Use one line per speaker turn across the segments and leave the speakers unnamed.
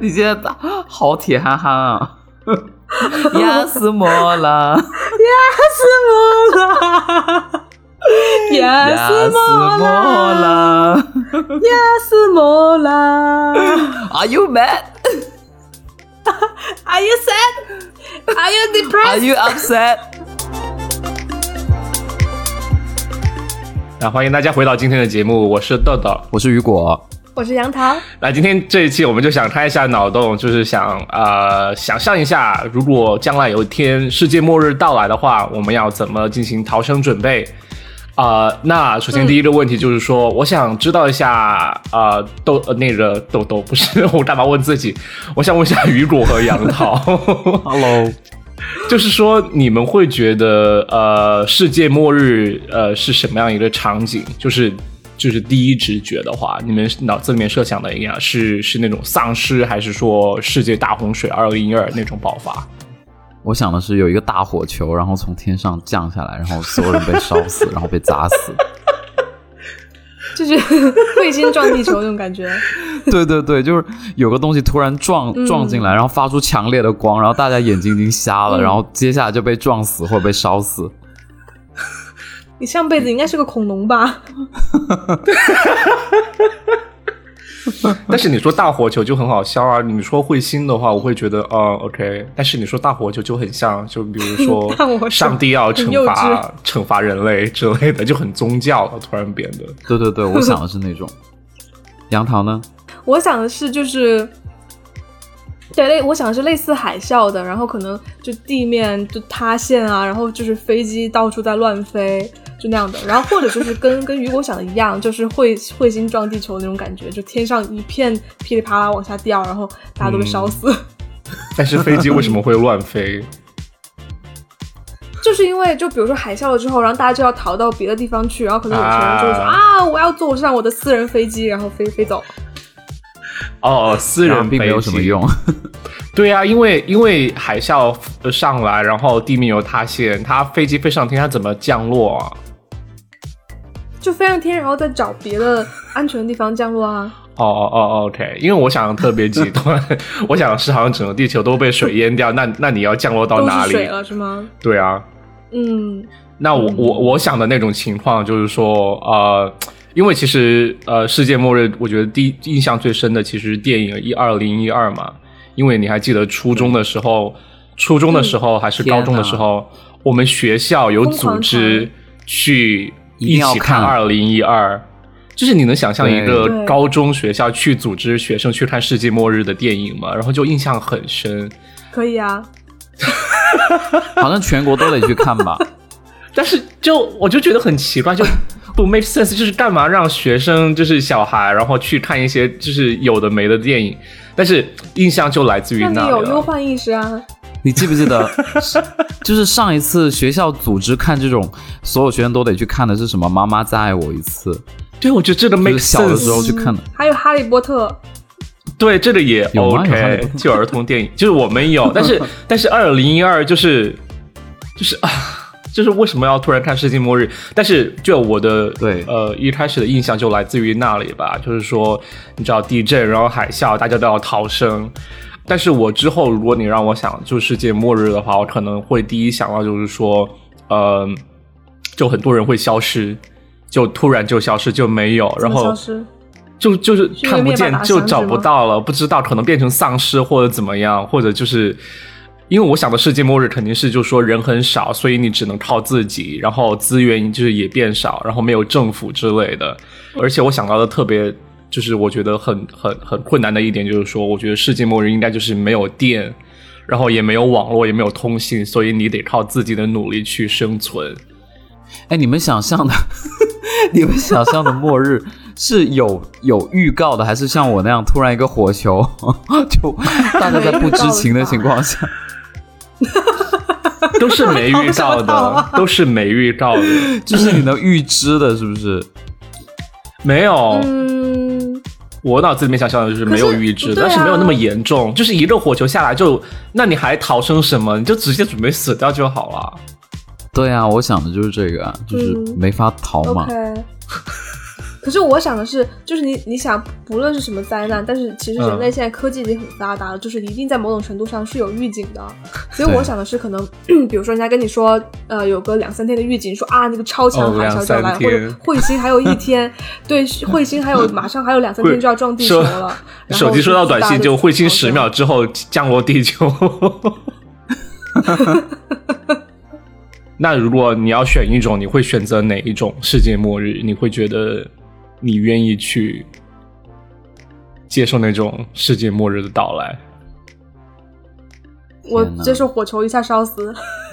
你现在打好铁憨憨啊！压死我了，
死我了，
压
压
死
死
我
我
了
了，压死我了。
！Are you mad?
Are you sad? Are you
Are
depressed?
you upset?
那欢迎大家回到今天的节目，我是豆豆。
我是雨果，
我是杨桃，
那今天这一期我们就想开一下脑洞，就是想呃想象一下，如果将来有一天世界末日到来的话，我们要怎么进行逃生准备？呃，那首先第一个问题就是说，我想知道一下，呃，豆呃那个豆豆不是 我干嘛问自己？我想问一下雨果和杨桃，Hello，就是说你们会觉得呃世界末日呃是什么样一个场景？就是就是第一直觉的话，你们脑子里面设想的一样是是那种丧尸，还是说世界大洪水二零一二那种爆发？
我想的是有一个大火球，然后从天上降下来，然后所有人被烧死，然后被砸死。
就是 彗星撞地球那种感觉。
对对对，就是有个东西突然撞
嗯
撞进来，然后发出强烈的光，然后大家眼睛已经瞎了，
嗯
然后接下来就被撞死或者被烧死。
你上辈子应该是个恐龙吧？嗯
但是你说大火球就很好笑啊，你说彗星的话，我会觉得哦 OK，但是你说大火球就很像，就比 如
大火球
说上帝要
很幼
惩罚惩罚人类之类的，就很宗教了，突然变得。
对对对，我想的是那种。杨桃呢？
我想的是就是，对类，我想的是类似海啸的，然后可能就地面就塌陷啊，然后就是飞机到处在乱飞。就那样的，然后或者就是跟跟雨果想的一样，就是彗彗星撞地球那种感觉，就天上一片噼里啪啦往下掉，然后大家都被烧
嗯
死。
但是飞机为什么会乱飞？
就是因为就比如说海啸了之后，然后大家就要逃到别的地方去，然后可能有钱人就会说啊
啊
我要坐上我的私人飞机，然后飞飞走。
哦，私
然
人
后并没有
飞机
什么用。
对呀、因为因为海啸呃上来，然后地面又塌陷，它飞机飞上天，它怎么降落啊？
就飞上天，然后再找别的安全的地方降落啊。
哦哦哦哦，OK，因为我想特别极端， 我想是好像整个地球都被水淹掉，那那你要降落到
都
哪
是水
里？
了是吗？
对啊，
嗯，
那我我我想的那种情况就是说，呃，因为其实呃，世界末日，我觉得第一印象最深的其实是电影一二零一二嘛，因为你还记得初中的时候，初中的时候还是高中的时候，我们学校有组织去
一定
一
要
起看
看
二零一二。就是你能想象一
对
个
对
高中学校去组织学生去看世界末日的电影吗？然后就印象很深，
可以啊。
好像全国都得去看 吧？
但是就我就觉得很奇 怪，就不 make sense，就是干嘛让学生就是小孩，然后去看一些就是有的没的电影，但是印象就来自于
让你
那
有
里
忧
了。
患意识啊。
你记不记得， 是就是上一次学校组织看这种所有学生都得去看的是什么？妈妈再爱我一次，
对，我觉得这个
就
make
是小的
sense，
时候去看的。
嗯还有《哈利波特》，
对，这个也
有吗有看过
OK，就儿童电影， 就是我 们有，但是但是二零一二就是就是啊。就是为什么要突然看世界末日？但是就我的
对
呃一开始的印象就来自于那里吧，就是说你知道地震，然后海啸，大家都要逃生。但是我之后如果你让我想就世界末日的话，我可能会第一想到就是说，呃，就很多人会消失，就突然就消失就没有，
怎
然
么
后
消失。
就就是
因为
看不
灭霸
见
打
就
响
找
指
不
吗
到了，不知道可能变成丧尸或者怎么样，或者就是因为我想的世界末日肯定是就说人很少，所以你只能靠自己，然后资源就是也变少，然后没有政府之类的。而且我想到的特别就是我觉得很很很困难的一点就是说，我觉得世界末日应该就是没有电，然后也没有网络，也没有通信，所以你得靠自己的努力去生存。
哎，你们想象的， 你们想象的末日是有有预告的，还是像我那样突然一个火球， 就大家在不知情的情况下？
都是没
好
遇
想
到
到啊
的，都是没遇到的，
就是你能预知的，是不是？
没有。
嗯，
我脑子里面想象的就是没有预知，
可是对啊
但是没有那么严重，就是一个火球下来就，那你还逃生什么？你就直接准备死掉就好了。
对啊，我想的就是这个啊，就是
嗯
没法逃嘛。
OK， 可是我想的是，就是你你想，不论是什么灾难，但是其实人类现在科技已经很发达了，就是一定在某种程度上是有预警的。所以
对
我想的是，可能 比如说人家跟你说，呃，有个两三天的预警，说啊那个超强
哦
海
两
啸就要
三
来，或
天
者彗星还有一天，对，彗星还有马上还有两三天就要撞地球
说
了。然后
手机收到
就
短
大家
信就彗星十
嘲笑
秒之后降落地球。 那如果你要选一种，你会选择哪一种世界末日？你会觉得你愿意去接受那种世界末日的到来？
我
天哪
接受火球一下烧死，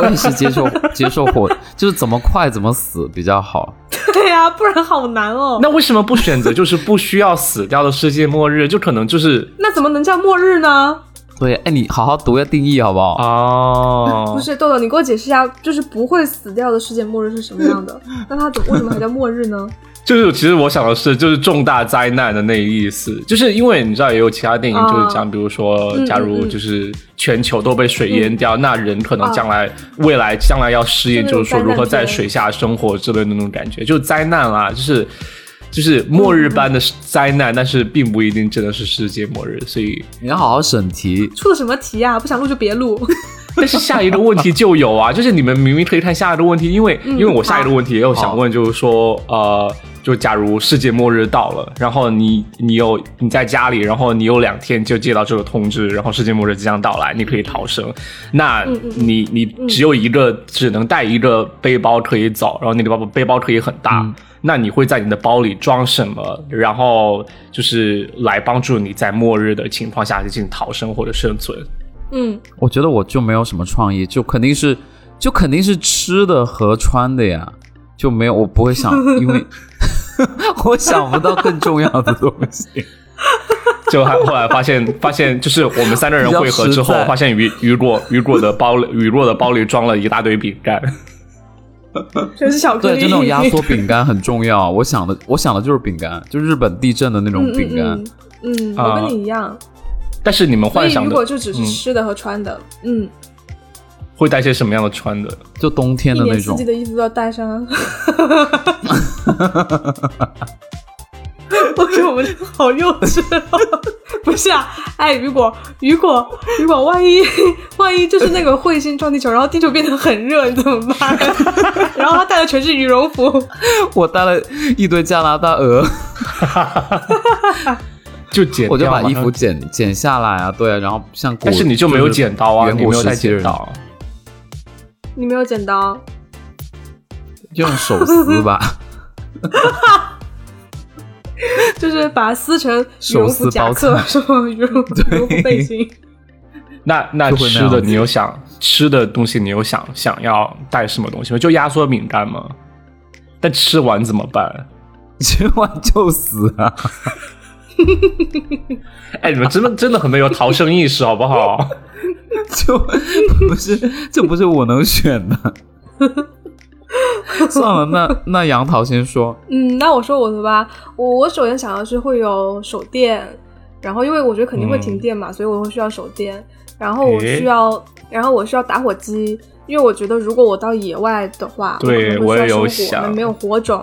我也是接受接受火，就是怎么快怎么死比较好。
对呀、不然好难哦。
那为什么不选择就是不需要死掉的世界末日？就可能就是
那怎么能叫末日呢？
对，哎，你好好读一下定义好不好？
啊
哦
不，是豆豆，你给我解释一下，就是不会死掉的世界末日是什么 样的？那它怎为什么还叫末日呢？
就是其实我想的是，就是重大灾难的那个意思，就是因为你知道也有其他电影
哦
就是讲，比如说
嗯，
假如
嗯
就是全球都被水淹掉，那人可能将来、未来将来要失业，
就那
就
种
是说如何在水下生活之类的那种感觉，就是灾难啦、就是就是末日般的
嗯
灾难，但是并不一定真的是世界末日，所以
你要好好审题。
出了什么题啊呀、不想录就别录。
但是下一个问题就有啊，就是你们明明可以看下一个问题，因为、
嗯
因为我下一个问题也有想问，就是说呃，就假如世界末日到了，然后你你有你在家里，然后你有两天就接到这个通知，然后世界末日即将到来，你可以逃生，那
嗯嗯嗯
你你只有一个，只能带一个背包可以走，然后你的包背包可以很大。
嗯
那你会在你的包里装什么？然后就是来帮助你在末日的情况下进行逃生或者生存。
嗯，
我觉得我就没有什么创意，就肯定是就肯定是吃的和穿的呀，就没有我不会 想，因为我想不到更重要的东 西。
就还后来发现，发现就是我们三个人汇合之后
比较实，在
发现雨雨果雨果的包里雨果的包里装了一大堆饼干，
全是巧克
对，
力。
就那种压缩饼干很重要。我想的我想的就是饼干，就日本地震的那种饼干。
嗯嗯嗯，
啊
我跟你一样，
但是你们
所
幻
以
想
如果
的
就只
嗯
是吃的和穿的，嗯，
会带些什么样的穿的？
就冬天
一
的那
年四
种
季。的衣服都要带上。啊我觉得我们好幼稚、哦，不是啊？哎，雨果，雨果，雨果，万一万一就是那个彗星撞地球，然后地球变得很热，你怎么 办？然后他带的全是羽绒服，
我带了一堆加拿大鹅，
就剪掉
我就把
嘛
衣服，剪 剪下来啊，对啊，然后像古
但是你就没有剪刀啊，
远
你
古
没有
时
带
期的
剪
人
刀，
你没有剪刀，
就用手撕吧，
就是把它撕成羽绒服夹
手撕包
克，
菜
什么羽绒羽绒服背心。
那那
就会那
吃
样
的
子
你有想吃的东西，你有想想要带什么东西吗？就压缩饼干吗？但吃完怎么办？
吃完就死啊！
哎，你们真的真的很没有逃生意识，好不好？
就不是，这不是我能选的。 算了，那那杨桃先说，
嗯，那我说我的吧，我我首先想的是会有手电，然后因为我觉得肯定会停电嘛，所以我会需要手电，然后我
嗯诶
需要，然后我需要打火机，因为我觉得如果我到野外的话，我可
对
能
我
会
也
需
有
要生火，
想
没有火种，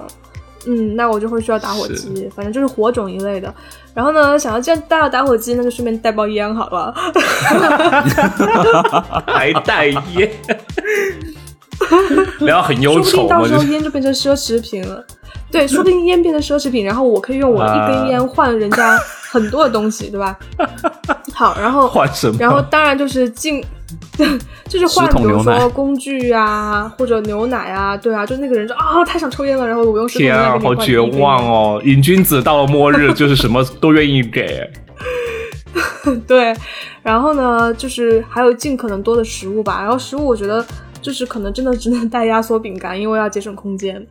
嗯，那我就会需要打火机，反正就是火种一类的。然后呢，想要既然带了打火机，那就顺便带包烟好了。
还带烟， 然后很忧
说不
愁
定
嘛，
到时
就
候
是
烟就变成奢侈品了。 对，说不定烟变成奢侈品，然后我可以用我一根烟换人家 很多的东西，对吧？好，然后
换什么？
然后当然就是进， 就是换
十，桶
比如
牛奶
说工具啊，或者牛奶啊，对啊，就那个人说啊、太想抽烟了，然后我用十桶牛
天
奶
啊
给，你
好
换一
绝
根烟
望！哦！瘾君子到了末日，就是什么都愿 意给。
对，然后呢，就是还有尽可能多的食物吧。然后食物我觉得就是可能真的只能带压缩饼干，因为要节省空间。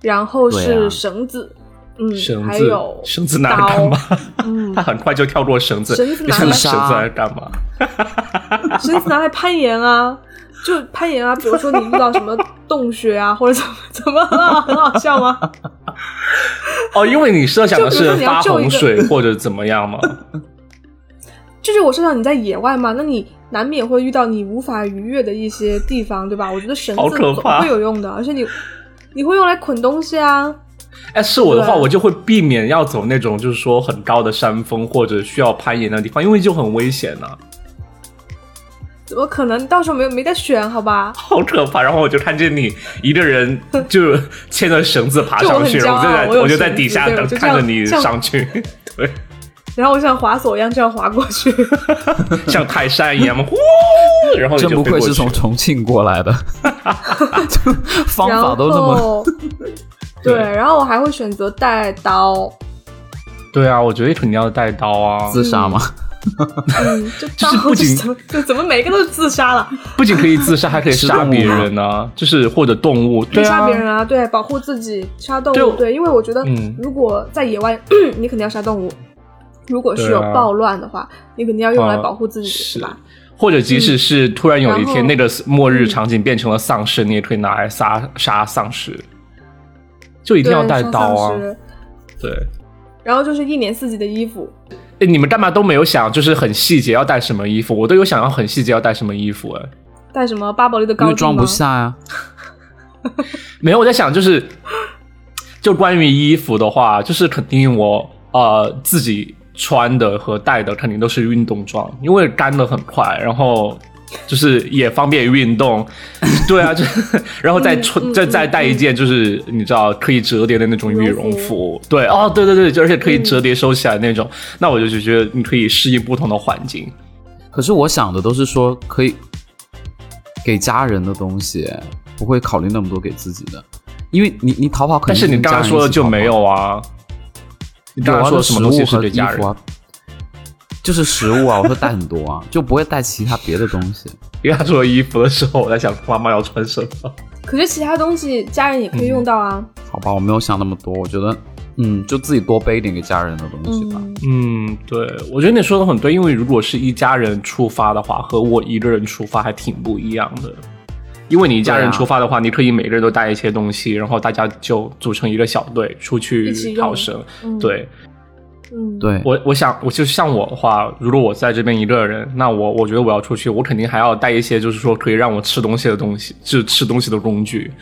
然后
对
是
啊
绳子，嗯，
绳
还
子
有，
绳子拿来干嘛？
嗯
他，很快就跳过绳子，
绳子
你
拿来
想拿绳子来干嘛？
绳子拿来攀岩啊，就攀岩啊。比如说你遇到什么洞穴啊，或者怎么怎么了，很好笑吗？
哦，因为你设想
就
的
比如
是
说你要
发
救一
洪
个
水或者怎么 样嘛？
就是我设想你在野外嘛，那你难免会遇到你无法逾越的一些地方，对吧？我觉得绳
好
子
可
总
怕
会有用的，而且你你会用来捆东西啊，
哎，是我的话，
对
我就会避免要走那种就是说很高的山峰或者需要攀岩的地方，因为就很危险呐、啊
怎么可能？到时候没有没得选，好吧？
好可怕。然后我就看见你一个人就牵着绳子爬
就我
上
很
去，
骄
然后我就在
傲我有
就在
绳
底
子
下
对
等
我就这
看着
样
你
这样
上去，对，
然后我像滑索一样这样滑过 去，
像泰山一样嘛，呼，然后你
真
就
不
飞
愧
过
是
去
从
了。
重庆过来 的，就方
然
法
后
都那么。
对，
对
然后我还会选择带 刀，
对啊，我觉得肯定要带刀啊，
自杀吗？
嗯，就
就是不
刀
仅
怎么就怎么每个都是自杀了，
不仅可以自杀，还可以
是
杀
动物
别
吗
人啊，就是或者动物，
可
对
以杀
啊，
别人啊，对，保护自己，杀动
对我
物，对，因为我觉得
嗯
如果在野外， 你肯定要杀动物。如果是
对
有
啊
暴乱的话，你肯定要用来
啊
保护自己，
是
对吧？
或者即使是突然有一
嗯
天
然后
那个末日场景变成了丧尸，你也可以拿来杀杀丧尸，就一
一
定要带刀啊。对，
然后就是一年四季的衣服，
哎，你们干嘛都没有想就是很细节要带什么衣服？我都有想要很细节要带什么衣服哎，
带什么巴宝莉的
因
高
为
定
装
吗
不下呀、
没有我在想就是，就关于衣服的话，就是肯定我呃自己穿的和带的肯定都是运动装，因为干的很快，然后。就是也方便运动，对啊，就然后再穿、
嗯嗯
再再带一件，就是你知道可以折叠的那种羽绒
羽绒
服，对哦，对对对，就而且可以折叠收起来那种，那我就就觉得你可以适应不同的环境，
可是我想的都是说可以给家人的东西，不会考虑那么多给自己的，因为你你逃跑肯
但
定
是你
跟
刚
家
刚
人
说的
一起
就
逃跑
没有啊，你刚
有
刚
啊，
说
就
的什
食
么东西
物
是
和
对
衣
家人
服？啊，就是食物啊，我说带很多啊，就不会带其他别的东西。
因为他说衣服的时候，我在想妈妈要穿什么。
可是其他东西家人也可
嗯
以用到啊。
好吧，我没有想那么多，我觉得，嗯，就自己多备一点给家人的东西吧。
嗯，
嗯，对，我觉得你说的很对，因为如果是一家人出发的话，和我一个人出发还挺不一样的。因为你一家人
对啊
出发的话，你可以每个人都带一些东西，然后大家就组成一个小队出去
一起用
逃生。
嗯，
对
嗯，
对，
我，我想，我就像我的话，如果我在这边一个人，那我我觉得我要出去，我肯定还要带一些就是说可以让我吃东西的东西，就是吃东西的工具。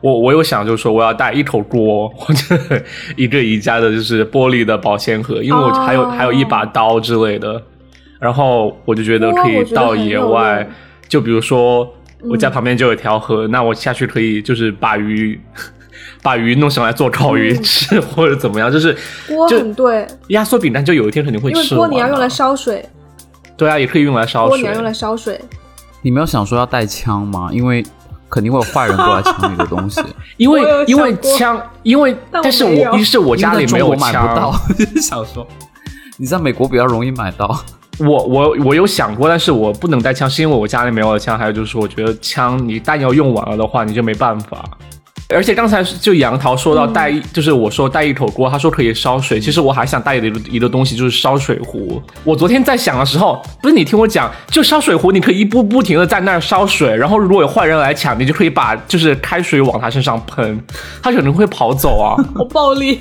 我我有想，就是说我要带一口锅或者一个宜家的，就是玻璃的保鲜盒，因为我
哦
还有、还有一把刀之类的。然后我就觉得可以到野
锅我觉得很有
外
用，
就比如说我家
嗯
旁边就有一条河，那我下去可以就是把鱼 把鱼弄上来做烤鱼
嗯
吃、 或者怎么样，就是
锅
就
很对，
压缩饼干就有一天肯定会
因为
吃
锅
完、
你要用来，烧水，
对啊，也可以用来烧
锅
水
你要。用来烧水。
你没有想说要带枪吗？因为肯定会有坏人过来抢你的东西。
因为
我有
因为
想过
枪，因为
但我
但是
没
我
有
一是 我家里
因
没有
为在中国买不
枪
到，， 就是想说你在美国比较容易买到。
我我我有想过，但是我不能带枪，是因为我家里没有枪，还有就是我觉得枪你弹药用完了的话，你就没办法。而且刚才就杨桃说到带，一，就是我说带一口锅，他说可以烧水。其实我还想带一个一个东西，就是烧水壶。我昨天在想的时候，不是你听我讲，就烧水壶，你可以一步不停的在那儿烧水，然后如果有坏人来抢，你就可以把就是开水往他身上喷，他可能会跑走啊。
好暴力！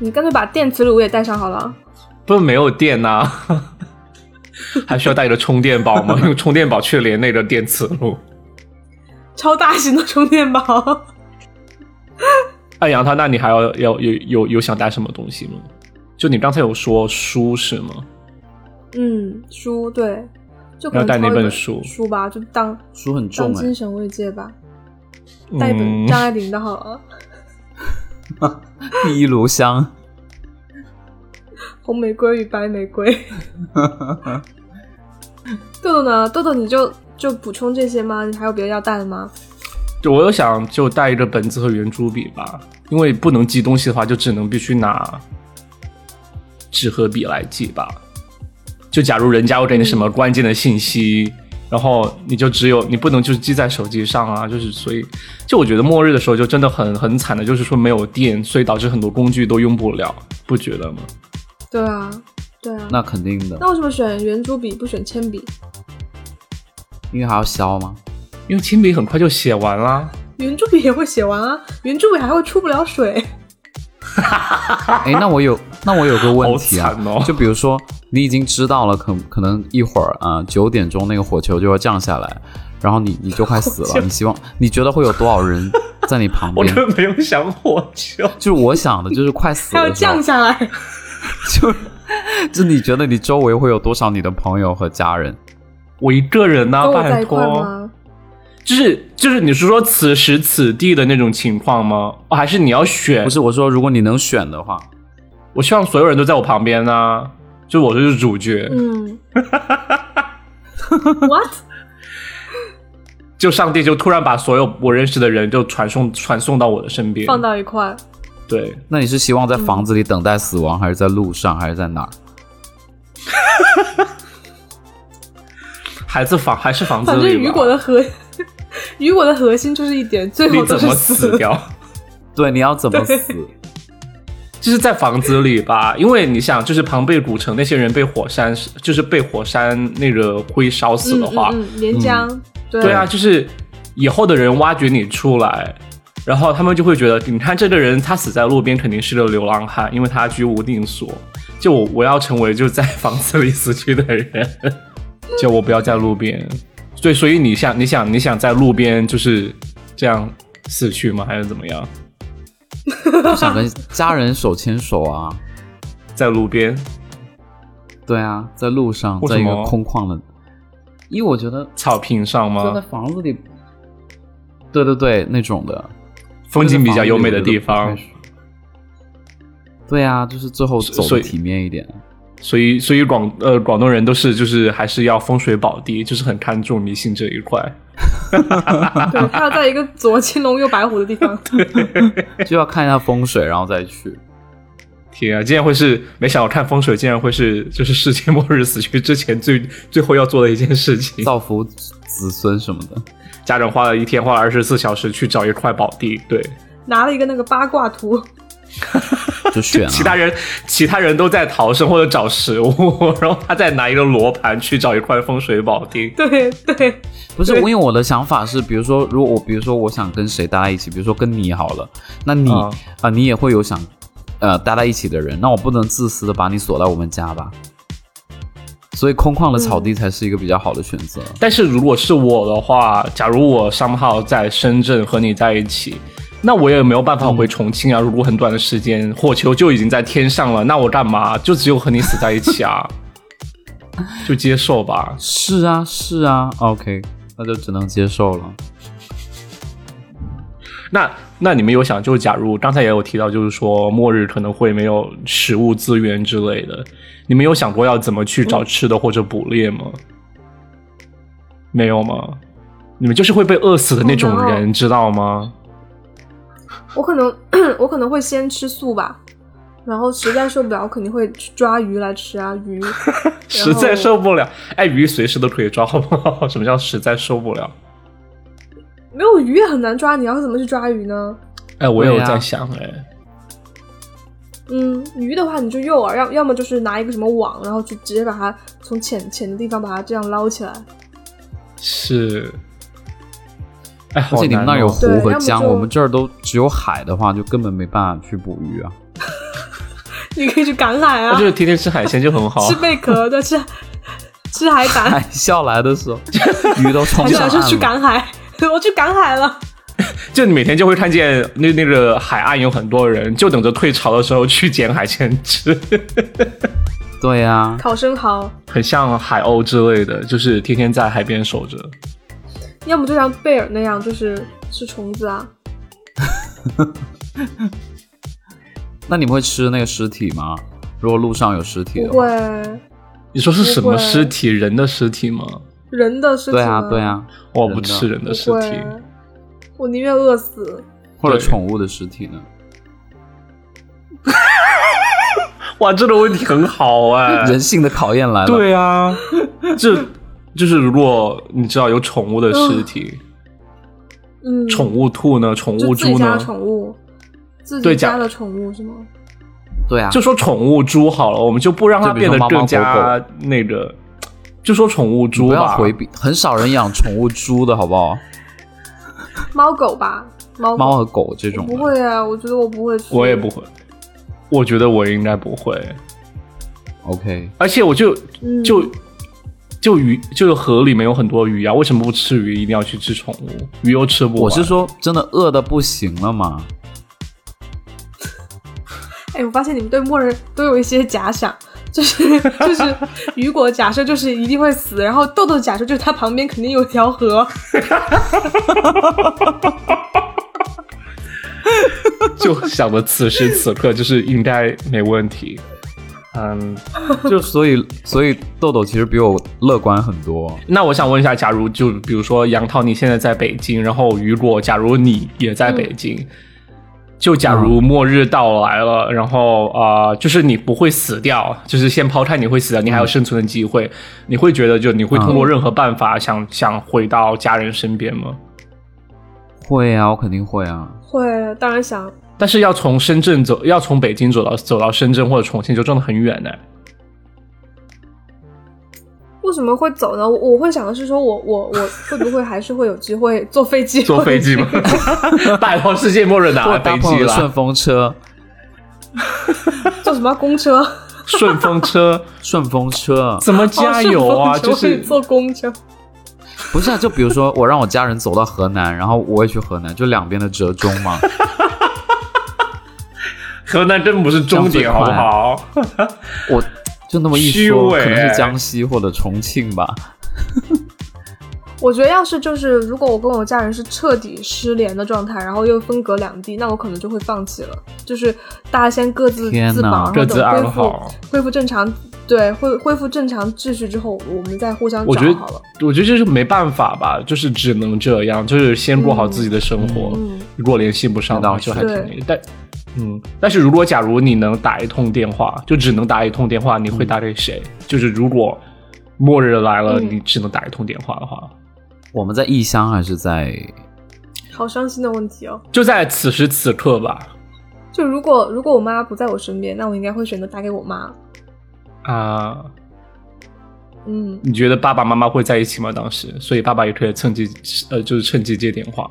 你干脆把电磁炉也带上好了。
不是没有电呐、 还需要带一个充电宝吗？用充电宝去连那个电磁炉。
超大型的充电宝，
哎，杨涛，那你还要要有有有想带什么东西吗？就你刚才有说书是吗？
嗯，书对，就可能
要带那
抄一
本
本
书
书吧，就当
书很
当
重哎、
精神慰藉吧，带一本
嗯
张爱玲的好了，
第一炉香，
红玫瑰与白玫瑰》。 豆豆呢？豆豆你就就补充这些吗？你还有别的要带的吗？
就我有想就带一个本子和圆珠笔吧，因为不能记东西的话，就只能必须拿纸和笔来记吧。就假如人家要给你什么关键的信息，然后你就只有你不能就是记在手机上啊，就是所以就我觉得末日的时候就真的很很惨的，就是说没有电，所以导致很多工具都用不了，不觉得吗？
对啊，对啊。
那肯定的，
那为什么选圆珠笔不选铅笔？
因为还要削吗？
因为铅笔很快就写完啦。
圆珠笔也会写完啊，圆珠笔还会出不了水。
哎，那我有，那我有个问题
好
啊，
惨哦
就比如说你已经知道了，可可能一会儿啊，九、点钟那个火球就要降下来，然后你你就快死
火球
了，你希望你觉得会有多少人在你旁
我
边
真。的没有想火球。
就是我想的，就是快死
它要
的时候
降，下来。
就是 就你觉得你周围会有多少你的朋友和家 人？
我一个人呐、
跟我在
拜
一块儿
托，
吗？
就是就是，你是说此时此地的那种情况吗？哦，还是你要选
不？是我说，如果你能选的话，
我希望所有人都在我旁边呐、就我就是主角，
嗯，what？
就上帝就突然把所有我认识的人就传送传送到我的身边。
放到一块儿，
对，
那你是希望在房子里等待死亡，还是在路上，还是在哪儿？
孩子房还是房子
反正
里
雨
吧。
果的核， 雨果的核心就是一点，最
你
后都
怎
是
么死掉？
对，你要怎么死？
就是在房子里吧，因为你想，就是庞贝古城那些人被火山，就是被火山那个灰烧死的话，
嗯嗯嗯，岩浆，
对啊，，就是以后的人挖掘你出来，然后他们就会觉得，你看这个人他死在路边肯定是个流浪汉，因为他居无定所。就我我要成为就在房子里死去的 人，就我不要在路边。对，所以你想，你想，你想在路边就是这样死去吗？还是怎么样？
就想跟家人手牵手啊？
在路边
对啊，在路上，
为什
在
么
一个空旷的，因为我觉得
草坪上
坐在
吗？
房子里，对对对，那种的
风景比较优美的地。
坐在
方
房子。里我觉得不太对啊，就是最后走
所
的
以
体面一点。
所以，所以广呃广东人都是就是还是要风水宝地，就是很看重迷信这一块。啊
对，他要在一个左青龙右白虎的地方，
就要看一下风水，然后再去。
天啊，竟然会是没想到看风水，竟然会是 就是世界末日死去之前最最后要做的一件事情。
造福子孙什么的。
家长花了一天，花了二十四小时去找一块宝地，对，
拿了一个那个八卦图，
就选
其他
啊，
人其他人都在逃生或者找食物， 然后他再拿一个罗盘去找一块风水宝地。
对对，
不是因为我的想法是，比如说，如果我比如说我想跟谁待在一起，比如说跟你好了，那你啊
啊、
你也会有想呃待在一起的人，那我不能自私的把你锁在我们家吧。所以空旷的草地才是一个比较好的选择。
但是如果是我的话，假如我商号在深圳和你在一起，那我也没有办法回重庆啊。如果很短的时间，火球就已经在天上了，那我干嘛？就只有和你死在一起啊， 就接受吧。
是啊，是啊，OK，那就只能接受了。
那那你们有想，就是假如刚才也有提到，就是说末日可能会没有食物资源之类的，你们有想过要怎么去找吃的或者捕猎吗？没有吗？你们就是会被饿死的那种
好难哦
人，知道吗？
我可能 我可能会先吃素吧，然后实在受不了，肯定会去抓鱼来吃啊 鱼，
实在受不了，哎，鱼随时都可以抓，好不好？ 什么叫实在受不了？
没有鱼也很难抓，你要怎么去抓鱼呢？
哎，我
对啊
有
呀
在想，哎、
嗯，鱼的话你就诱饵，要要么就是拿一个什么网，然后就直接把它从浅浅的地方把它这样捞起来，
是，
而
哎，好
且你们
难
那儿有
哦
湖
对
和
要么
江，
就
我们这儿都只有海的话，就根本没办法去捕鱼啊。
你可以去赶海
那
啊
就，是天天吃海鲜就很 好。
吃贝壳 的，吃吃海胆，
海啸来的时候，鱼都冲
还
上
想说去
岸了。
赶海， 我去赶海了，
就你每天就会看见那那个海岸有很多人，就等着退潮的时候去捡海鲜吃，
对呀、啊，
烤生蚝，
很像海鸥之类的，就是天天在海边守着。
要么就像贝尔那样，就是吃虫子啊，
那你们会吃那个尸体吗？如果路上有尸体
哦
不
的话，
会
你说是什
不
么
会
尸体？人的尸体吗？
人的尸体
对啊
吗
对，啊，
我
人
不
的
吃人的尸
不会
体。，
我宁愿饿死。
或者
对
宠物的尸体呢？
哇，这个问题很好哎、
人性的考验来了。，
对啊，这就是如果你知道有宠物的尸体，
嗯，
宠物兔呢，宠
就
物
自己
猪
家
呢
的，宠物，自己
对假
家的宠物是吗？
对啊，
就说宠物猪好了，我们就不让它
就比如说
变得
猫猫
更加那个，就说宠物猪
不要
吧。
回避，很少人养宠物猪的好不好？
猫狗吧，猫狗
啊
猫和狗这种的
不会啊，我觉得我不会吃，
我也不会，我觉得我应该不会，
，OK，
而且我就
嗯
就。就鱼，就是河里面有很多鱼啊，为什么不吃鱼，一定要去吃宠物？鱼又吃不完。
我是说，真的饿的不行了嘛？
哎，我发现你们对末日都有一些假想， 就是就是雨果假设就是一定会死，然后豆豆假设就是他旁边肯定有条河，
就想着此时此刻就是应该没问题。嗯，
就所以所以豆豆其实比我乐观很多。
那我想问一下，假如就比如说杨涛，你现在在北京，然后雨果，假如你也在北
嗯
京，就假如末日到来了，然后呃，就是你不会死掉，就是先抛开你会死掉，你
嗯
还有生存的机会，你会觉得就你会通过任何办法想、想回到家人身边吗？
会啊，我肯定会啊。
会当然想
但是要从深圳走，要从北京走到走到深圳或者重庆，就真的很远哎呢、
为什么会走呢？我我会想的是说我我我会不会还是会有机会坐飞机
坐飞机 吗？拜托，世界末日哪
或
来
者搭
飞
朋
机
友的顺
啦？
风车，
坐什么公车？
顺风车
顺风车
怎么 加油
哦
啊？就是
坐公车。
不是啊？就比如说，我让我家人走到河南，然后我也去河南，就两边的折中嘛。
河南真不是终点，好不好？
我就那么一
虚
说，
伪
可能是江西或者重庆吧。
我觉得要是就是如果我跟我家人是彻底失联的状态，然后又分隔两地，那我可能就会放弃了。就是大家先各自
天
自
哪
保，然后
各自
等恢
安
复
好。
恢复正常，对，恢恢复正常秩序之后，我们再互相
我
找
觉得
好了。，
我觉得这是没办法吧，就是只能这样，就是先过好自己的生活。
嗯，
如果联系不上的
那倒
话，
是
就还挺累。但嗯，但是如果假如你能打一通电话，就只能打一通电话，你会打给谁？就是如果末日来了，
嗯
你只能打一通电话的话，
我们在异乡还是在？
好伤心的问题哦。
就在此时此刻吧。
就如果如果我妈不在我身边，那我应该会选择打给我妈。
啊、
嗯，
你觉得爸爸妈妈会在一起吗？当时，所以爸爸也可以趁机，呃，就是趁机接电话。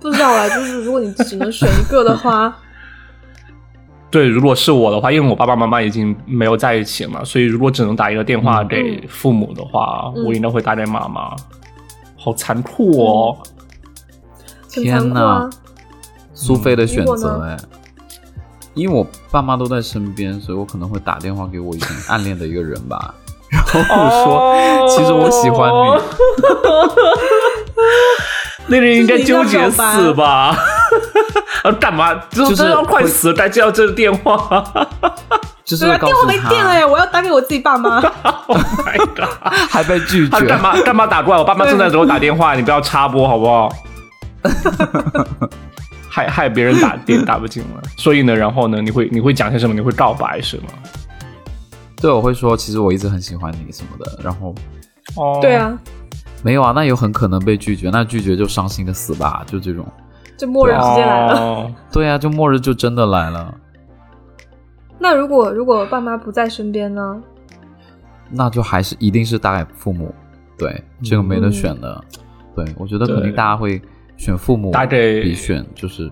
不知道啊，就是如果你只能选一个的话，
对，如果是我的话，因为我爸爸妈妈已经没有在一起嘛，所以如果只能打一个电话
嗯
给父母的话，
嗯
我应该会打给妈妈。好残酷哦！
很残
天
酷
哪
啊。
苏菲的选
如果
择哎，
呢
因为我爸妈都在身边，所以我可能会打电话给我以前暗恋的一个人 吧，然后说、
哦
其实我喜欢 你。
那人应该纠结死吧？ 啊，干嘛？就
就是
真要快死，该接到这个电话。
就是
对啊，
会告
电话
诉
没电哎、
他，
我要打给我自己爸妈。
oh my god！
还被拒
他
绝
干。嘛干嘛打过来？我爸妈正在给我打电话，你不要插播好不好？ 害害别人打电打不进来，所以呢，然后呢，你会你会讲些什么？你会告白是吗？
对，我会说，其实我一直很喜欢你什么的，然后
哦
对，啊，
没有啊，那有很可能被拒绝，那拒绝就伤心的死吧，就这种。
这末日时间来了。
哦
对啊，就末日就真的来了，
那如果如果爸妈不在身边呢？
那就还是一定是打给父母，对，
嗯
这个没得选的。对，我觉得肯
对
定大家会选父母，
打给
比选就是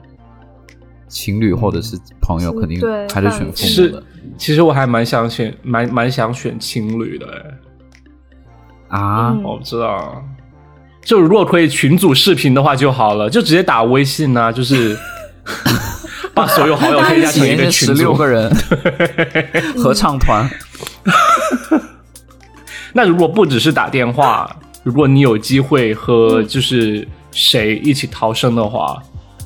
情侣或者是朋友，
嗯
肯定
对
还是选
伴侣
父母
是
的。
其实我还蛮想选，蛮蛮想选情侣的哎。
啊。
嗯
我知道，就如果可以群组视频的话就好了，就直接打微信啊，就是 把所有好友添加成一
前
个
面十
群
六
组。
个 人合唱团，
那如果不只是打电话，如果你有机会
嗯
和就是谁一起逃生的话，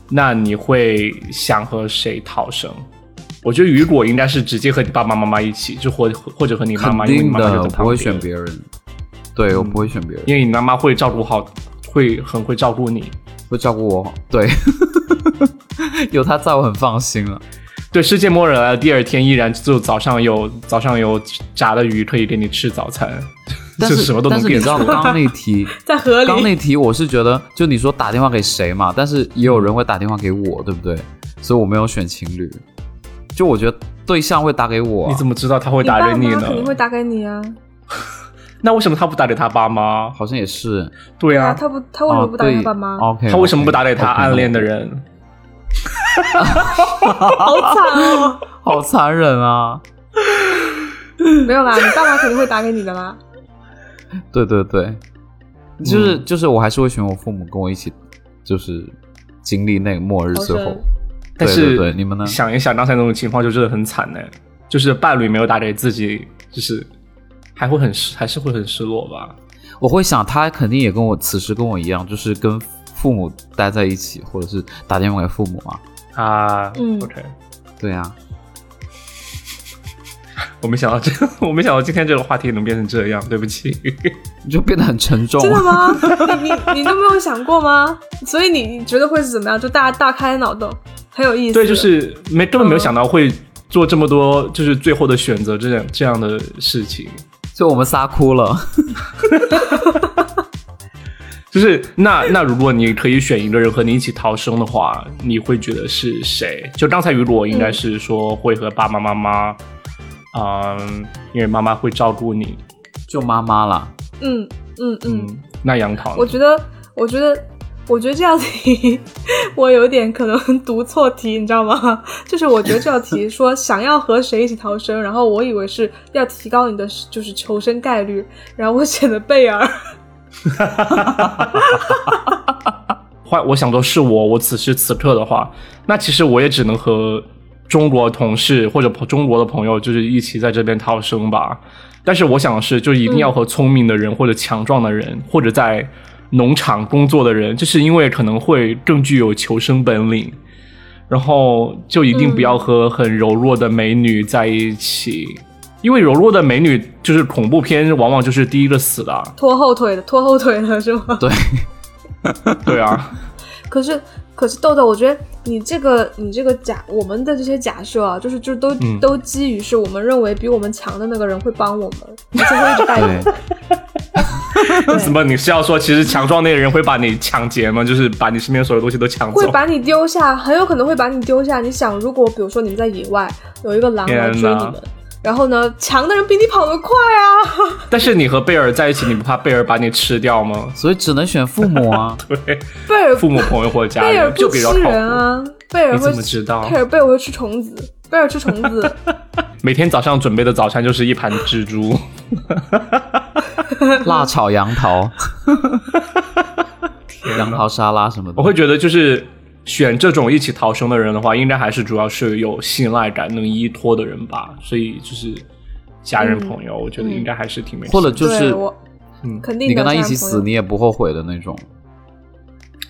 那你会想和谁逃生？我觉得雨果应该是直接和你爸爸妈妈一起，就或或者和 你妈妈，
肯
因为你
定
妈妈就
的，我
在旁
不会
边
选别人。对，我不会选别人，
因嗯为你妈妈会照顾好，会很会照顾你。
会照顾我。对， 有他在我很放心了。
对，世界末日来了，第二天依然就早上有早上有炸的鱼可以给你吃早餐，
但
就什么都
但是
能
你
变
知道
出来。
刚刚那题，
在河
刚
里，
那题我是觉得，就你说打电话给谁嘛，但是也有人会打电话给我，对不对？所以我没有选情侣。就我觉得对象会打给我啊、
你怎么知道他会
你
打
爸
给你
妈
呢
肯？定会打给你啊。
那为什么他不打给他爸妈？
好像也是？
对
啊，
啊，哦
他不，他为什么不打给他爸妈？
o k
他为什么不打给他暗恋的？人？
好惨哦！
好残忍啊！
没有啦，你爸妈肯定会打给你的啦。
对对对，
嗯
就是、就是，我还是会选我父母跟我一起，就是经历那个末日
逃
最后
生。
但
对对
是
对，你们呢？
想一想刚才那种情况，就真的很惨呢、就是伴侣没有打给自己，就是还会很失，还是会很失落吧。
我会想，他肯定也跟我此时跟我一样，就是跟父母待在一起，或者是打电话给父母啊。
啊，
嗯
o k
对啊，
我没想到这， 我没想到今天这个话题能变成这样，对不起。
你就变得很沉重
真的
啊。
吗？ 你你你都没有想过吗？所以你你觉得会是怎么样？就大家大开脑洞，很有意思。
对，就是没根本没有想到会做这么多，就是最后的选择这样这样的事情。
就我们仨哭了，
就是那那如果你可以选一个人和你一起逃生的话，你会觉得是谁？就刚才雨果应该是说会和爸爸妈妈，嗯，因为妈妈会照顾你。
就妈妈啦。
嗯嗯嗯，
那杨桃呢，
我觉得，我觉得，我觉得这道题 我有点可能读错题，你知道吗？ 就是我觉得这道题说想要和谁一起逃生，然后我以为是要提高你的就是求生概率，然后我选的贝尔。
换我想说是我，我此时此刻的话，那其实我也只能和中国同事或者朋中国的朋友，就是一起在这边逃生吧。但是我想的是，就一定要和聪明的人，或者强壮的人，或者在农场工作的人，就是因为可能会更具有求生本领。然后就一定不要和很柔弱的美女在一起，因为柔弱的美女就是恐怖片往往就是第一个死的啊。
拖后腿的，拖后腿的是吗？
对，
对啊，
可是，可是豆豆，我觉得你这个，你这个假，我们的这些假设啊，就是就都、
嗯
都基于是我们认为比我们强的那个人会帮我们，而且会一直 带我们。
对，
什么？你是要说，其实强壮那个人会把你抢劫吗？就是把你身边所有东西都抢
会
走？
把你丢下，很有可能会把你丢下。你想，如果比如说你们在野外有一个狼来追
天
你
哪
们，然后呢，强的人比你跑得快啊，
但是你和贝尔在一起，你不怕贝尔把你吃掉吗？
所以只能选父母 啊。
对，
贝尔
父母、朋友或者家
贝尔
人就
不
比
吃
较靠
人
谱。
啊，贝尔
你
会
怎么知道
贝？尔贝尔会吃虫子，贝尔吃虫子。
每天早上准备的早餐就是一盘蜘蛛。
辣炒杨桃，杨桃沙拉什么的。
我会觉得，就是选这种一起逃生的人的话，应该还是主要是有信赖感、能依托的人吧。所以就是家人、
嗯
朋友，我觉得应该还是挺没。
或者就
对
是
我
嗯
肯定
你跟
的
他一
这样
起
朋
死，
友
你也不后悔的那种。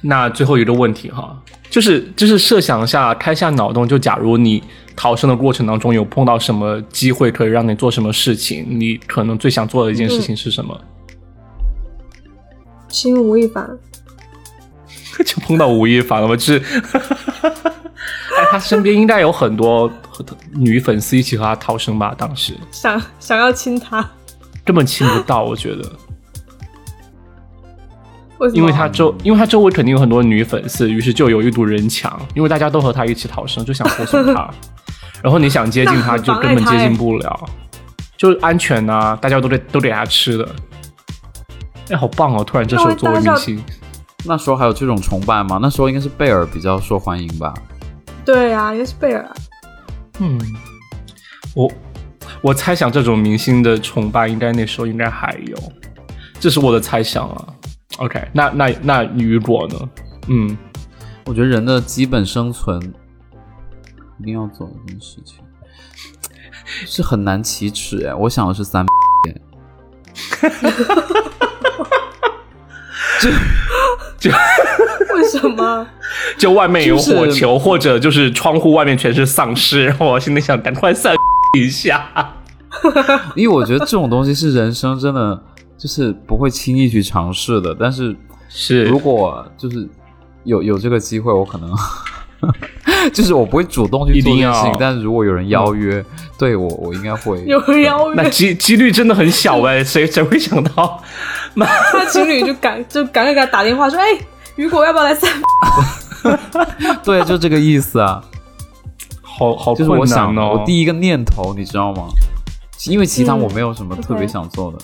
那最后一个问题哈，就是就是设想一下，开下脑洞，就假如你逃生的过程当中有碰到什么机会可以让你做什么事情，你可能最想做的一件事情是什么？
心无一凡。
就碰到吴亦凡了吗？就是， 哎，他身边应该有很多女粉丝一起和他逃生吧？当时
想想要亲他，
根本亲不到，我觉得，
为什么？
因为他周因为他周围肯定有很多女粉丝，于是就有一堵人墙，因为大家都和他一起逃生，就想护送他，然后你想接近他就根本接近不了，就安全呐、啊大家都给都给他吃的。哎，好棒哦！突然这时候作为明星，
那时候还有这种崇拜吗？那时候应该是贝尔比较受欢迎吧。
对啊，应该是贝尔啊。
嗯，我我猜想这种明星的崇拜应该那时候应该还有，这是我的猜想啊。OK，那那那雨果呢？嗯，
我觉得人的基本生存一定要做一件事情，是很难启齿哎。我想的是三哎，
为什么？
就外面有火
就是
球，或者就是窗户外面全是丧尸，然后我心里想赶快散一下。
因为我觉得这种东西是人生真的就是不会轻易去尝试的。但是
是
如果就是有有这个机会，我可能 就是我不会主动去
一
做
定
这件事情
要，嗯
但是如果有人邀约，对我我应该会
有人邀
那
约，
几几率真的很小哎、 谁谁会想到？
那情侣就赶就赶紧给他打电话说，哎，雨果要不要来散 步？
对，就这个意思啊。
好好
就
困
是
难哦！
我想，我第一个念头，你知道吗？因为其他我没有什么特别
嗯 OK
想做的，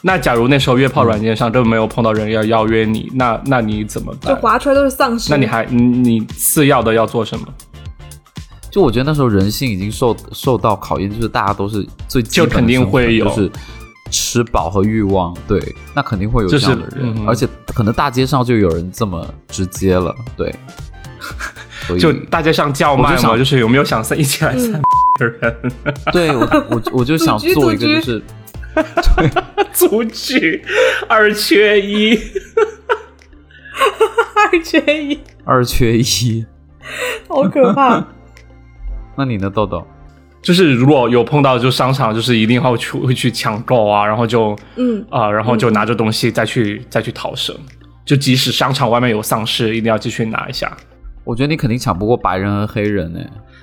那假如那时候约炮软件上根本没有碰到人要邀约你，那那你怎么
就
办？
划出来都是丧尸。
那你还你你次要的要做什么？
就我觉得那时候人性已经受受到考验，就是大家都是最基本的
就肯定
生活
会有
就是吃饱和欲望，对，那肯定会有这样的
就是
人，
嗯
而且可能大街上就有人这么直接了， 对，所以
就大街上叫卖
我就
嘛，
想
就是有没有想散一起来散
嗯，
的人
对我我我就想
组居
做一个
组
就
居
是。
组局二缺一，
二缺一，
二缺一。
好可 怕。
那你呢，豆豆？
就是如果有碰到就商场，就是一定会去会去抢购啊，然后就
嗯，
啊、然后就拿着东西再去、再去逃生。就即使商场外面有丧尸，一定要继续拿一下。
我觉得你肯定抢不过白人和黑人 呢、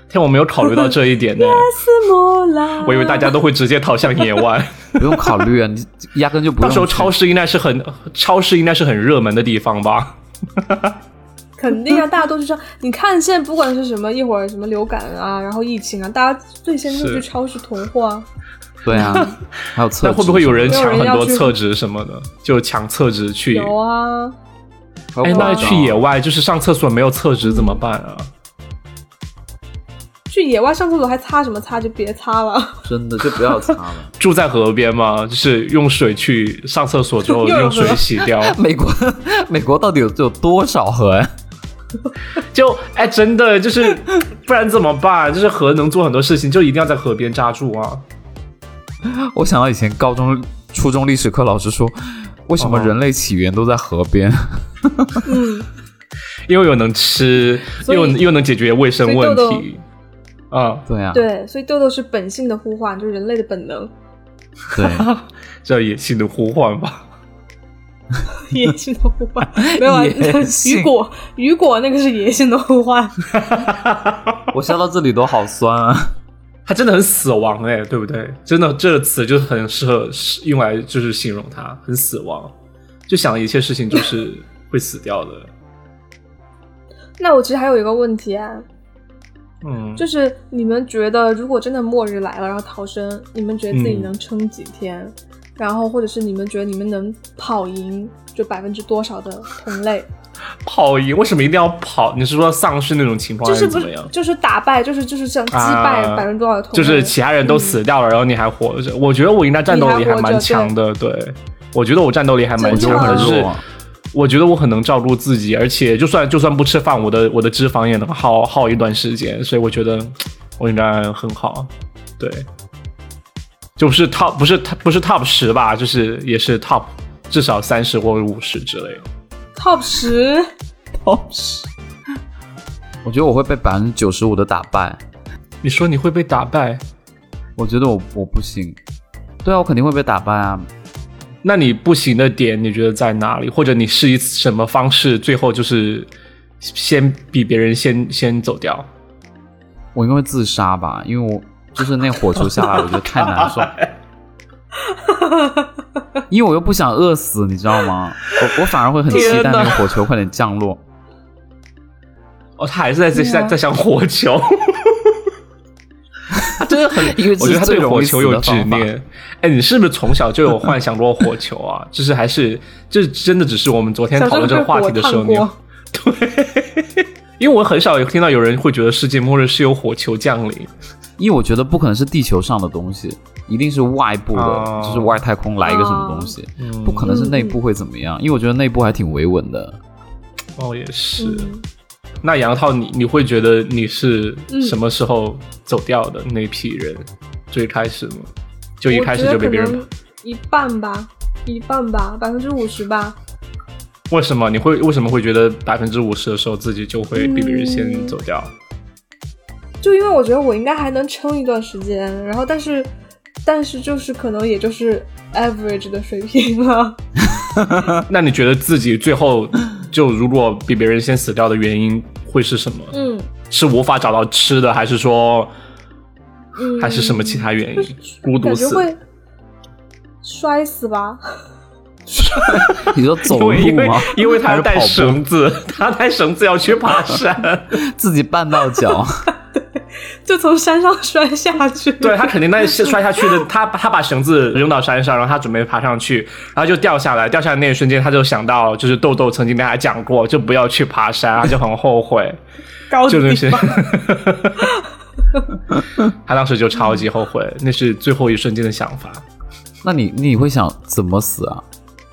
天，我没有考虑到这一点 呢，
斯莫拉，
我以为大家都会直接逃向野外。
不用考虑啊，你压根就 不用
到
去。
时候超市应该是很，超市应该是很热门的地方吧？
肯定啊，大家都去上。你看现在不管是什么，一会儿什么流感啊，然后疫情啊，大家最先就是去超市囤货啊。
对啊，还有厕
那
纸
会不会有人抢很
没有人
多
要去
厕纸什么的？就抢厕纸去？
有啊，
还
哎
有，
那
广告
去野外就是上厕所没有厕纸怎么办啊？
去野外上厕所还擦什么擦？就别擦了。
真的就不要擦了。
住在河边吗？就是用水去上厕 所之后
又有
用水
河
洗掉？
美国， 美国到底有有多少河呀、
就哎，真的就是，不然怎么办？就是河能做很多事情，就一定要在河边扎住啊！
我想到以前高中、初中历史课老师说，为什么
哦
人类起源都在河边？
嗯，
因为又能吃，
所以
又又能解决卫生问
所以
题。啊，
对啊，
对，所以豆豆是本性的呼唤，就是人类的本 能，
对
这野性的呼唤吧。
野性的呼 唤。没有啊，
野性
雨果，雨果那个是野性的呼唤。
我笑到这里都好酸 啊！
它真的很死亡哎、对不对？真的这个词就很适合是用来就是形容它，很死亡，就想一切事情就是会死掉的。
那我其实还有一个问题啊，
嗯，
就是你们觉得，如果真的末日来了，然后逃生，你们觉得自己能撑几天？
嗯
然后，或者是你们觉得你们能跑赢就百分之多少的同类？
跑赢为什么一定要跑？你是说丧尸那种情况
就
还
是
是
不
怎么
是
样？
就是打败，就是就是想击败
啊
百分之多少的同
就
类？
是其他人都死掉了，然后你还活着。我觉得我应该战斗力还蛮强的，对我觉得我战斗力还蛮
真
强
的
的，
很
就是
弱啊
我觉得我很能照顾自己，而且就算就算不吃饭，我的我的脂肪也能耗耗一段时间，所以我觉得我应该很好，对，就不是 top 不是 top 不是 top 十吧，就是也是 top 至少三十或者五十之类的。
top 十，
哦
我觉得我会被百分之九十五的打败。
你说你会被打败，
我觉得我我不行。对啊，我肯定会被打败啊！
那你不行的点你觉得在哪里？或者你是以什么方式最后就是先比别人先先走掉？
我应该会自杀吧，因为我就是那火球 下来，我觉得太难受，因为我又不想饿死，你知道吗？我我反而会很期待
天哪
那个火球快点降落。
哦，他还是在在
对啊
在在想火球。
真的很， 因为这
我觉
是
得他
最
对
容
火
易
球
死
有
的
执
方法。
念。 哎，你是不是从小就有幻想过火球啊？就是还是，这真的只是我们昨天
小
讨
时候
论这
被
个话
火
题的时候，
烫
你有
过，
因为我很少有听到有人会觉得世界末日是由火球降临。
因为我觉得不可能是地球上的东西，一定是外部的，
哦
就是外太空来一个什么东西，
嗯
不可能是内部会怎么样。因为我觉得内部还挺维稳 的。
哦，也是。
嗯，
那杨涛你，你会觉得你是
嗯
什么时候走掉的那批人？最开始吗？就一
我
开始
觉得
就被
可
别人
能？一半吧，一半吧，百分之五十吧。
为什么你会为什么会觉得百分之五十的时候自己就会比别人先
嗯
走掉？
就因为我觉得我应该还能撑一段时间，然后但是，但是就是可能也就是 average 的水平了。
那你觉得自己最后就如果比别人先死掉的原因会是什么？
嗯
是无法找到吃的，还是说
嗯，
还是什么其 他原因？孤独
感觉
死？
会摔死吧？
你说走
因为因
路
为
吗？
因为
还
他
是
带
跑步
绳子， 他带绳子要去爬山，
自己绊到脚。
就从山上摔下去。
对他肯定那是摔下去的，他他把绳子扔到山上，然后他准备爬上去，然后就掉下来，掉下来那一瞬间他就想到，就是豆豆曾经跟他 讲过，就不要去爬山，他就很后悔，
高
就
地
那些
吧。
他当时就超级后悔，那是最后一瞬间的想法。
那你你会想怎么死啊？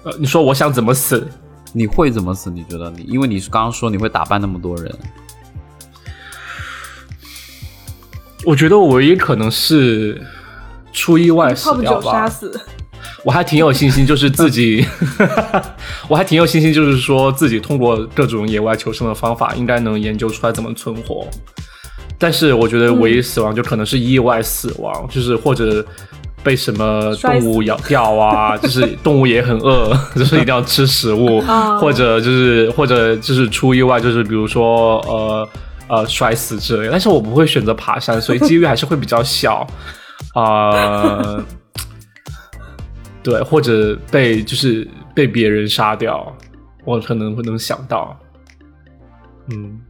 呃，你说我想怎么死？
你会怎么死？你觉得你？因为你刚刚说你会打败那么多人，
我觉得我唯一可能是出意外死
泡泡
掉
酒
吧
杀。死，
我还挺有信心，就是自己，我还挺有信心，就是说自己通过各种野外求生的方法，应该能研究出来怎么存活。但是我觉得唯一死亡就可能是意外死亡，就是或者被什么动物咬掉啊，就是动物也很饿， 就是一定要吃食物，
啊
或者就是或者就是出意外，就是比如说呃呃摔死之类的。但是我不会选择爬山，所以几率还是会比较小。啊， 对，或者被就是被别人杀掉，我可能会能想到，嗯，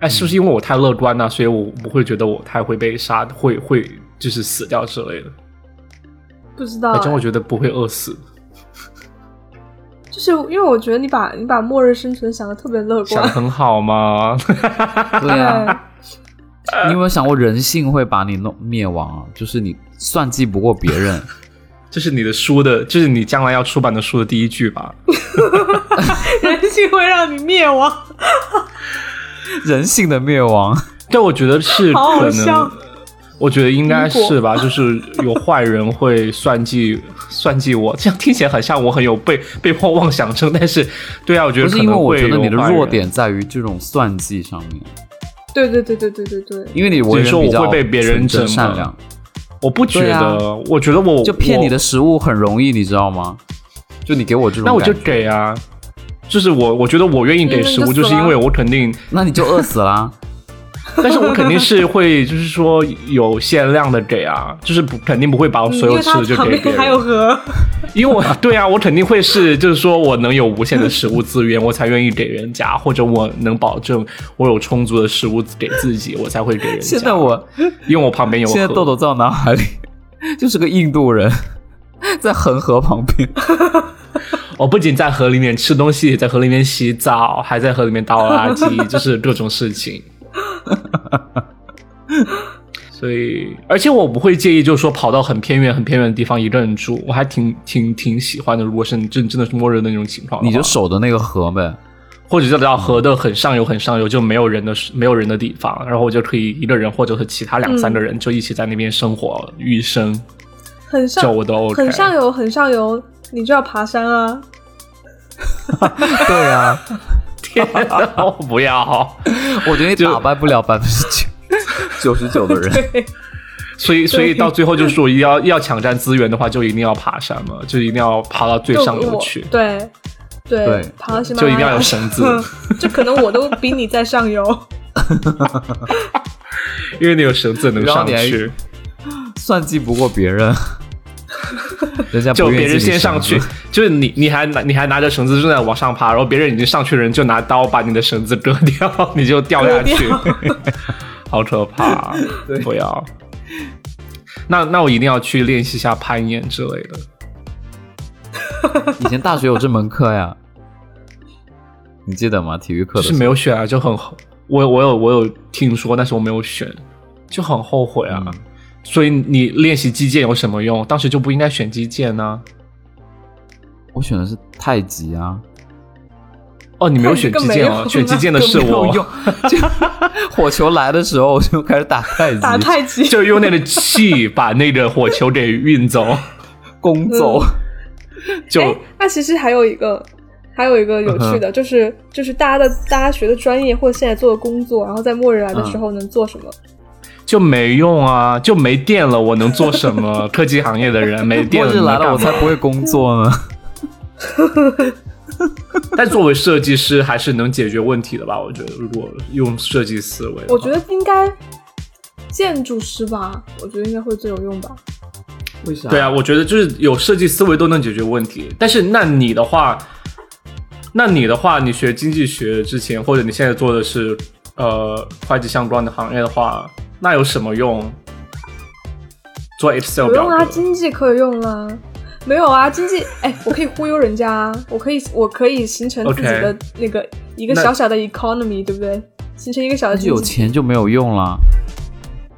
哎，是不是因为我太乐观了、所以我不会觉得我太会被杀，会会就是死掉之类的。
不知道哎、
反正我觉得不会饿死，
就是因为我觉得你把你把末日生存想的特别乐
想
观
得，很好嘛。
对啊， 你有没有想过人性会把你弄灭亡啊？就是你算计不过别 人，
这是你的书的，这是你将来要出版的书的第一句 吧？
对人性会让你灭亡。
人性的灭亡。
但我觉得是
好好
可
笑
能，我觉得应该
英国
是吧，就是有坏人会算计 算计我，这样听起来很像我很有被被迫妄想症，但是对啊，我觉
不是
得可
因为
能
我
会
觉得
有
你的
坏人
弱，点在于这种算计上面，
对对对对对对对，
因为你为
你说
人比较
我会被别
纯
人
真
折磨
善良，
我不觉
对
得，
啊
我觉得我
就骗你的
我
食物很容易，你知道吗？就你给我这种，
那我就，给啊。就是我，我觉得我愿意给
嗯那你
食
就
物，就是
死了
因为我肯定
那你就饿死 啦。
但是我肯定是会，就是说有限量的给啊，就是不肯定不会把我
嗯
所
因
有
为
吃
它
的就
旁
给别
边
人，
还有河，
因为我 对啊，我肯定会是，就是说我能有无限的食物资源，我才愿意给人家，或者我能保证我有充足的食物给自己，我才会给人 家。
现在我
因为我旁边有河，
现在豆豆在我脑海里就是个印度人，在恒河旁边。
我哦不仅在河里面吃东西，也在河里面洗澡，还在河里面倒垃圾，就是各种 事情。所以，而且我不会介意，就是说跑到很偏远、很偏远的地方一个人住，我还挺挺挺喜欢的。如果是真真的是末日的那种情况的话，
你就守着那个河 呗。
或者就到河的很上游、很上游就没有人的没有人的地方，然后我就可以一个人或者和其他两三个人就一起在那边生活、余生，
很
这
上
我都 OK。
很上游很上游，你就要爬山啊。
对啊，
天哪， 我不要。
我觉得你
就
打败不了百分之九九十九的人。
对，
所以，所以到最后就是我要要抢占资源的话，就一定要爬山嘛，就一定要爬到最
就
上游
我
去，
对
对
对，爬到喜马
就
拉
一
雅
定要有绳 子，
嗯就可能我都比你在上 游。
因为你有绳子能
然
上
后你
去，
算计不过别 人，人家
就
不愿意
别人先上去
进你绳子，
就是你你还拿你还拿着绳子正在往上爬，然后别人已经上去的人就拿刀把你的绳子割掉，你就掉下去
割，
好可怕！啊
对
不要。那那我一定要去练习一下攀岩之类的。
以前大学有这门课呀，你记得吗？体育课
就
的时
是
候
没有选啊，就很后我我有我有听说，但是我没有选，就很后悔啊。
嗯
所以你练习击剑有什么用？当时就不应该选击剑呢、
我选的是太极啊，
哦，你没有选击
更
剑
没
哦
用，啊
选击剑的是
更没有
我，
用。 就火球来的时候，我就开始打太极，
打太极，
就用那个气把那个火球给运走，
攻走。
就嗯
哎，那其实还有一个，还有一个有趣的，就是就是大家的大家学的专业或者现在做的工作，然后在末日来的
嗯
时候能做什么？
就没用啊，就没电了，我能做什么？科技行业的人没电
末
了，
日来
你能干
了，我
嘛
才不会工作呢。
但作为设计师，还是能解决问题的吧？我觉得，如果用设计思维的话，
我觉得应该建筑师吧，我觉得应该会最有用吧。
为啥
对啊，，我觉得就是有设计思维都能解决问题。但是那你的话，那你的话，你学经济学之前，或者你现在做的是呃会计相关的行业的话，那有什么用？做 Excel
有
表
用啊，
格，
经济可以用啦、没有啊，经济，哎，我可以忽悠人家啊，我可以，我可以形成自己
OK
的那个一个
那
小小的 economy，对不对？形成一个小的
但是
经
有
济体，
钱就没有用了。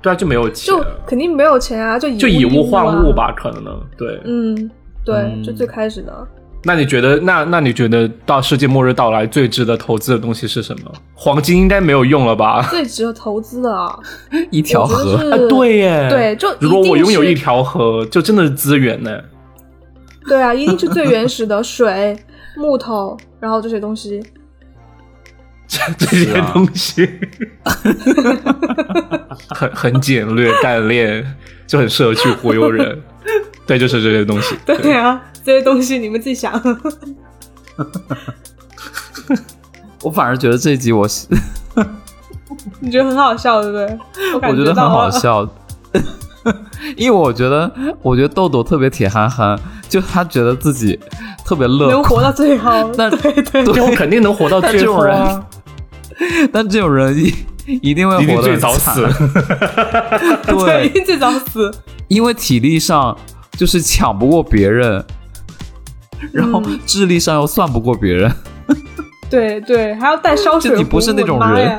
对啊，就没有钱
就，肯定没有钱啊，就以
就以
物
物
易啊
换物。吧，可能对。
嗯，对，
嗯
就最开始的
那你觉得，那那你觉得到世界末日到来最值得投资的东西是什么？黄金应该没有用了吧？
最值得投资的 啊，
一条
我觉
河，
得
啊
是，
对耶，
呃对就
如果
一定
我拥有
是
一条河，就真的是资源呢。
对啊，一定是最原始的 水、木头，然后这些东西。
这这些东西，很很简略、干练，就很适合去忽悠人。对，就是这些东西。
对啊，这些东西你们自己想。
我反而觉得这集我 是
你觉得很好笑，对不对？我
我
感
觉得很
到
好
了。
笑， 因为我觉得我觉得豆豆特别铁憨憨，就他觉得自己特别乐
能
观，
活到 最后，
但
对对
最后肯定能活到
但
最
这种
后
人
啊，
但这种人一一定会
一
活
定
得
最
很
早
惨
死。
对，一
对，
定最早死。
因为体力上就是抢不过别人，然后
嗯
智力上又算不过别人，
对对，还要带烧水壶。
就你不是那种
我的妈
人
呀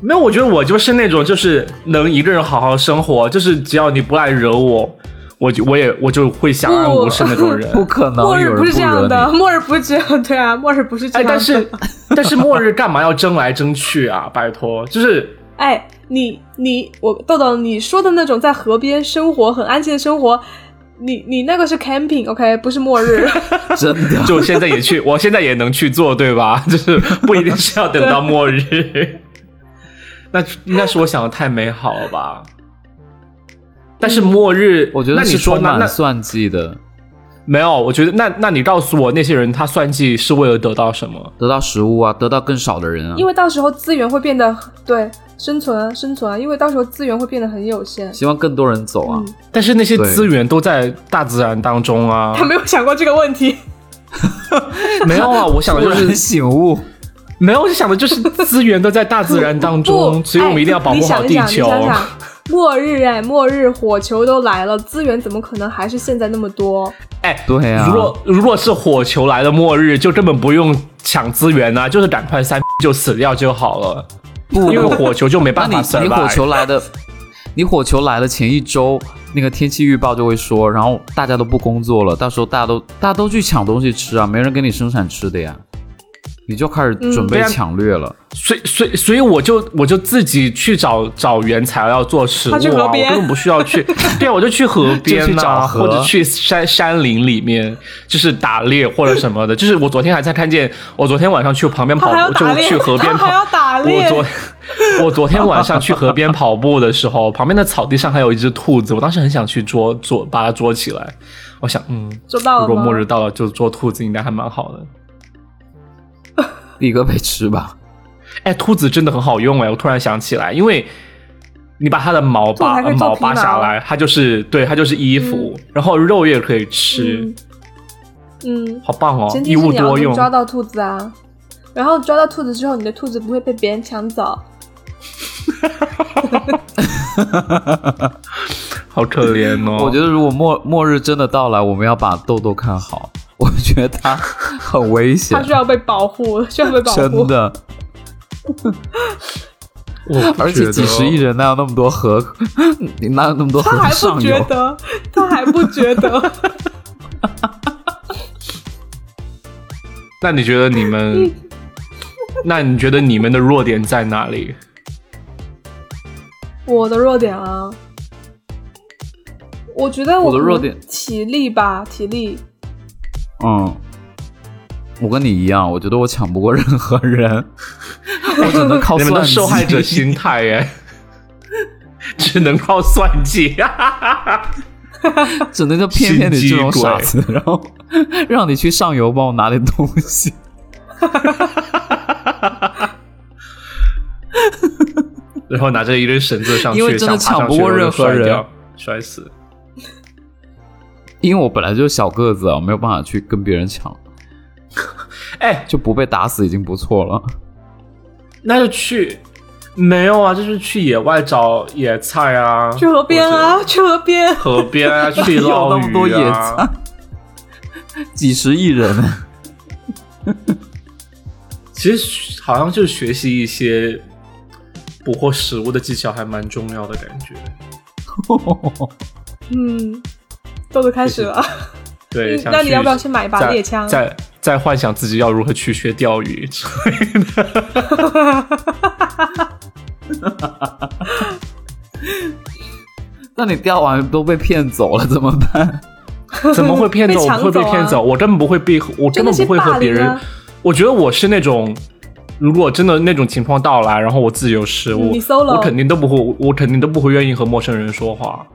没有，我觉得我就是那种，就是能一个人好好生活，就是只要你不来惹我，我就我也我就会相安无事那 种人。
不可能
末
有
日
人
不是这
惹
样的，
你。
末日不是这样，对啊，末日不是这
哎，
样的。
但是但是末日干嘛要争来争去啊？拜托，就是
哎，你你我豆豆，你说的那种在河边生活很安静的生活，你你那个是 camping，OK，、不是 末日。
真 的，
就现在也去，我现在也能去做，对吧？ 就是不一定是要等到末日。 那应该是我想的太美好了吧？但是末日，
我觉得
那你
是
说
充
那那
满算计的，
没有？我觉得那那你告诉我，那些人他算计是为了得到什么？
得到食物啊，得到更少的人啊
因。为到时候资源会变得对生存啊生存啊，因为到时候资源会变得很有限。
希望更多人走
嗯
啊！
但是那些
对
资源都在大自然当中啊
他，没有想过这个问题，
没有啊，我想的
突
就
然
是
醒悟，
没有，我想的就是资源都在大自然当中，
不，
所以我们一定要
哎
保护好地球
你。想一想，你想想末日哎，末日火球都来了，资源怎么可能还是现在那么 多？
哎，
对啊
如果如果是火球来的末日，就根本不用抢资源呐、啊就是赶快三 就死掉就好了，
不
因为火球就没
那
办
你
法
你火
survive。
球来 的，你火球来的前一周，那个天气预报就会说，然后大家都不工作了，到时候大家都大家都去抢东西吃啊，没人给你生产吃的呀，你就开始准
对
备
啊
抢掠了。
所以所以所以我就我就自己去找找原材料做食物
他去
啊，
河
我
边
根本不需 要去。对啊，我就去河边
就去
呐、
找河
或者去山山林里面，就是打猎或者什么的。就是我昨天还在看见，我昨天晚上去旁边
他
跑
还要，
就
打猎，
去河边
他
跑
还。要打猎
我。昨我昨天晚上去河边跑步的时候，旁边的草地上还有一只兔子，我当时很想去捉捉把它捉起来。我想，嗯，
捉到了
如果
吗？
末日到了，就捉兔子应该还蛮好的。
力哥被吃吧，
哎，兔子真的很好用哎！我突然想起来，因为你把它的毛
兔子
扒
还可以做
毛
皮毛
扒下来，它就是对，它就是衣服，然后肉也可以吃，
嗯嗯，
好棒哦
前，提
一
是
物
你要
多
能
用。
抓到兔子啊。然后抓到兔子之后，你的兔子不会被别人抢走。
好可怜哦！
我觉得如果末末日真的到来，我们要把豆豆看好，我觉得他很危险
它，需要被保护，需要被保
真
护。
的，
我不
而
觉
且
得
几十亿人哪有那么多河， 你哪有那么多
他
河
还不
上
觉
游？
得，他还不觉 得。
那你觉得你们？ 那你觉得你们的弱点在哪里？
我的弱点啊，我觉得
我的
可能
弱点
体力吧，体力。
嗯，我跟你一样，我觉得我抢不过任何人，我只能靠
你
算
们的
计。
受 害者心态耶，只能靠算计。啊
只能就骗骗你这种傻
心
子，然后让你去上游帮我拿点东西。
然后拿着一根绳子上去，
因为真的
想爬
抢
上
不
去
过
然后
任何
摔
人
掉，摔死。
因为我本来就是小个子啊，我没有办法去跟别人抢，
哎，
就不被打死已经不错了。
那就去，没有啊，就是去野外找野菜啊，
去河边啊，去河边。
或者河 边啊，去
有
捞
那么多
鱼
野菜
啊。，
几十亿人，
其实好像就是学习一些捕获食物的技巧还蛮重要的感觉。
嗯，豆豆开始了，
对，想
嗯那你
去
要不要去买一把
在
猎枪？
在在幻想自己要如何去学钓鱼 之类的。
那你钓完都被骗走了怎么办？
怎么会 骗走？
被抢
我会被
走啊
骗走，我根本不会被，我根本不会和别
就那些霸凌
人
啊。
我觉得我是那种，如果真的那种情况到来，然后我自己有失误
嗯你 solo
我肯定都不会，我肯定都不会愿意和陌生人说话。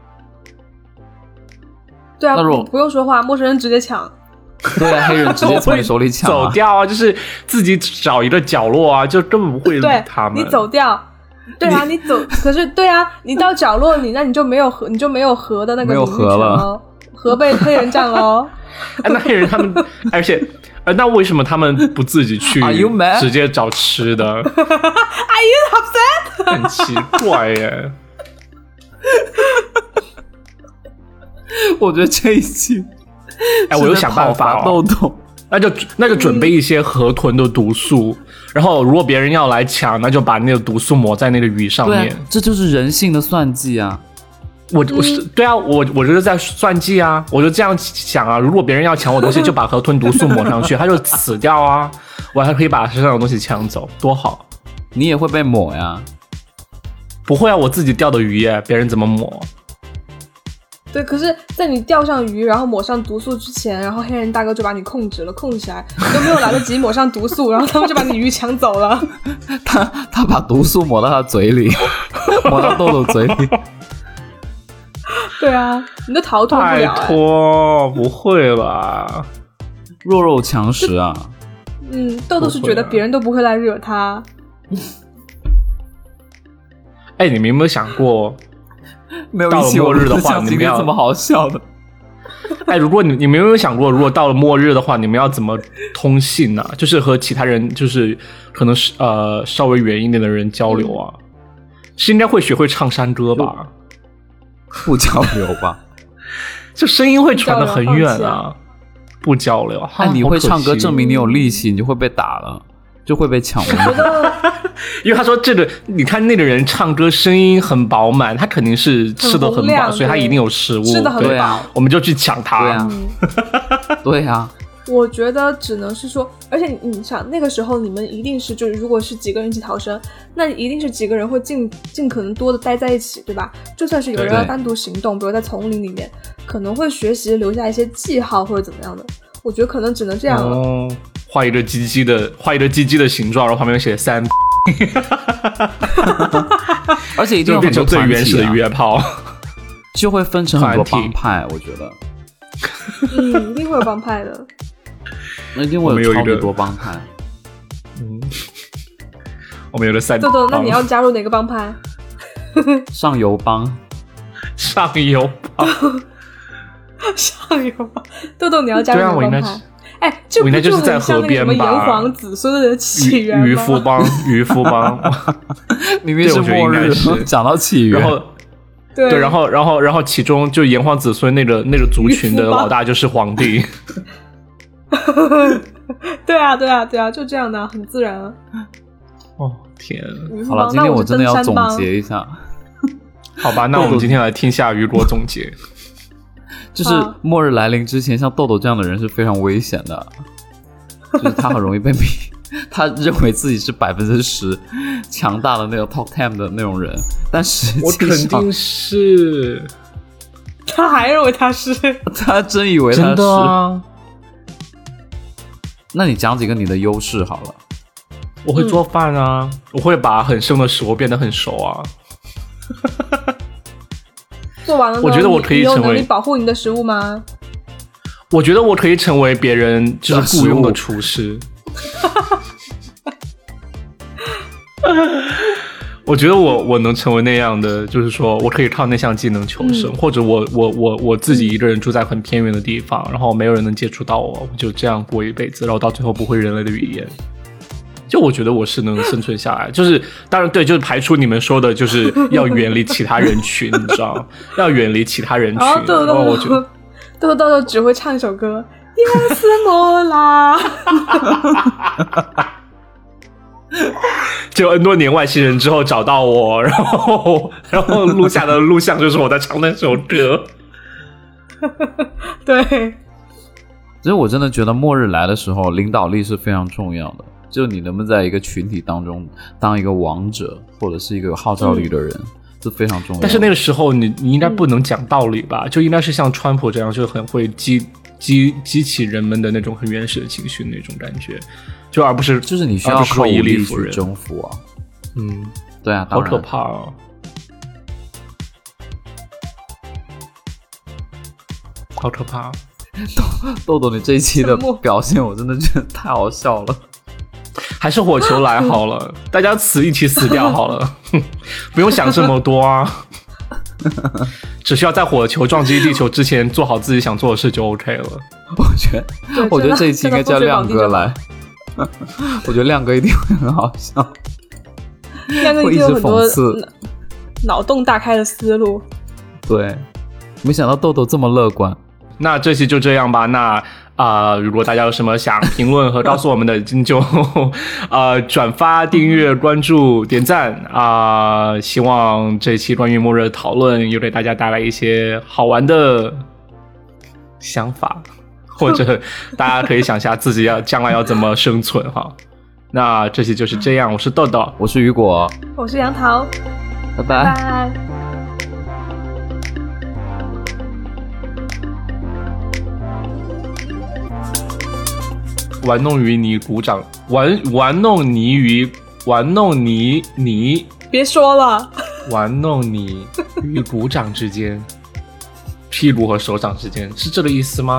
对啊，
那如果
不不用说话，陌生人直接抢。
对啊，黑人直接从你手里抢、
走
啊。
掉啊，就是自己找一个角落啊，就根本不会理
对
他，们。
你走掉。对啊，你走，可是对啊，你到角落里，那你就没有和，你就没有和的那个
没有
领域权
和了
哦，和 被黑人占了哦。
哎，那黑 人他们，而且，呃，那为什么他们不自己 去
Are you mad？
直接找吃 的？Are you upset？很奇怪耶。
我觉得这一期，
哎，我又想办法、
豆
哦，
豆。
那就那就准备一些河豚的毒素，然后如果别人要来抢，那就把那个毒素抹在那个鱼上
对
面
啊。，这就是人性的算计啊！
我
嗯
我是对啊，我我就是在算计啊，我就这样想啊，如果别人要抢我东西，就把河豚毒素 抹上去，他就死掉啊，我还可以把他身上的东西抢走，多好。
你也会被抹呀。
不会啊，我自己钓的鱼耶，别人怎么抹？
对，可是，在你钓上鱼，然后抹上毒素之前，然后黑人大哥就把你控制了，控制起来，你都没有来得及抹上毒素，然后他们就把你鱼抢走了。
他他把毒素抹到他嘴 里，抹到豆豆嘴里。
对啊，你都逃脱不
拜
了、哎。
托，不会吧？
弱肉强食 啊！
嗯，豆豆是觉得
不会啊
别人都不会来惹他。
哎，你们有没有想过，
没有
到了
一起我
末日的话
想
你
今
们
天
要
这么好笑 的，
哎，如果你你们有没有想过，如果到了末日的话，你们要怎么通信呢、就是和其他人，就是可能是呃稍微远一点的人交流啊，是应该会学会唱山歌吧？
不交流 吧？
就声音会传得很远
交流放
啊，不交流。哈
哎，你会唱歌，证明你，
好
有力气，你就会被打了，就会被 抢
我觉
了。
得
可惜因为他说这个，你看那个人唱歌声音很饱满，他肯定是吃的
很
很
洪
饱，
亮
所以他
对
一定有食物，
吃得很
对
饱啊
我们就去抢他。
对啊，对啊，
嗯我觉得只能是说，而且你想那个时候你们一定是就是，如果是几个人一起逃生，那一定是几个人会尽尽可能多的待在一起，对吧？就算是有人
对
要单独行动，比如在丛林里面，可能会学习留下一些记号或者怎么样的。我觉得可能只能这
啊
样了。
哦，画一个鸡鸡的，画一个鸡鸡的形状，然后旁边写三，
而且一定
就
有很多
变成最
团
原
体
始的
啊，
约炮。
就会分成很多
团体
帮派。我觉得
嗯，一定会有帮派 的。
那一定
我
会
们有一
超级
个
多帮派。
我们有了三
豆豆，那你要
帮
加入哪个帮派？
上游帮，
上游帮，
上游帮。豆豆，你要加入
对
哪
啊，
个
我应
帮派
该是？
哎，这
我
不
应该就是
很
在
像
河
那个什么
边吧
炎黄子孙的 起源吗？
渔渔夫帮， 渔夫 帮，
明明是
对我觉得
末
应
日
该是，
讲到起源，
然后
对
对，然后然后然后其中就炎黄子孙那个那个族群的
渔夫帮
老大就是皇帝，
对啊，对啊，对啊，就这样的，很自然啊。
哦天，
渔夫
好了，
帮
今
那
天
我
我
就
真的要
登山
总
帮
结一下。
好吧，那我们今天来听一下雨果总结，
就是
嗯
啊
末日来临之前，像豆豆这样的人是非常危险的，就是他很容易被迷， 他认为自己是百分之十强大的那个 top ten 的那种人，但实
我肯
际上
定是
他还认为他是
他真以为他
真
是。
的啊，
那你讲几个你的优势好了，
我会做饭啊，我会把很生的食物变得很熟啊，
做完了呢。
我觉得我
你
可以
你有
成
能
为
力保护你的食物吗？
我觉得我可以成为别人就是雇佣的厨师。 我觉得我我能成为那样的，就是说我可以靠那项技能求生，或者我我我我自己一个人住在很偏远的地方，然后没有人能接触到我，我就这样过一辈子，然后到最后不会人类的语言。就我觉得我是能生存下来， 就是当然对，就是排除你们说的，就是要远离其他人群，你知道吗，要远离其他人群。
然后豆
然后
豆豆
我觉得
豆豆豆豆只会唱一首歌《夜色莫拉》。
就 N 多年外星人之后找到我， 然后然后录下的录像就是我在唱那首歌。
对，
其实我真的觉得末日来的时候，领导力是非常重要的。就你能不能在一个群体当中当一个王者，或者是一个有号召力的人，
嗯
这非常重要。
但是那个时候你你应该不能讲道理吧？就应该是像川普这样，就很会激激激起人们的那种很原始的情绪那种感觉，就而不是
就是你需
而
要
不是
靠
说
武
以
力
理服
去
人。
征服啊。
嗯，
对啊，
好
当
可
然。
怕哦。好可怕！哦
豆豆，你这一期的
沉默
表现我真的觉得太好笑了。
还是火球来好了，大家死一起死掉好了， 不用想这么多啊。只需要在火球撞击地球之前做好自己想做的事就 OK 了。
我觉得，
对
我觉得
真的
这一期应该叫亮哥来。 我觉得亮哥一定会很好笑。
真的风水宝地就好，亮哥
会
一
一
定
直
有很多
讽刺
脑脑洞大开的思路。
对，没想到豆豆这么乐观。
那这期就这样吧。那啊、呃如果大家有什么想评论和告诉我们的，你就呃转发、订阅、关注、点赞啊、希望这期关于末日的讨论有给大家带来一些好玩的想法，或者大家可以想一下自己要将来要怎么生存哈。那这期就是这样，我是豆豆，
我是雨果，
我是杨桃，
拜
拜
拜。
拜。
玩弄于你鼓掌，玩玩弄你于玩弄你你。
别说了，
玩弄你 与鼓掌之间，屁股和手掌之间，是这个意思吗？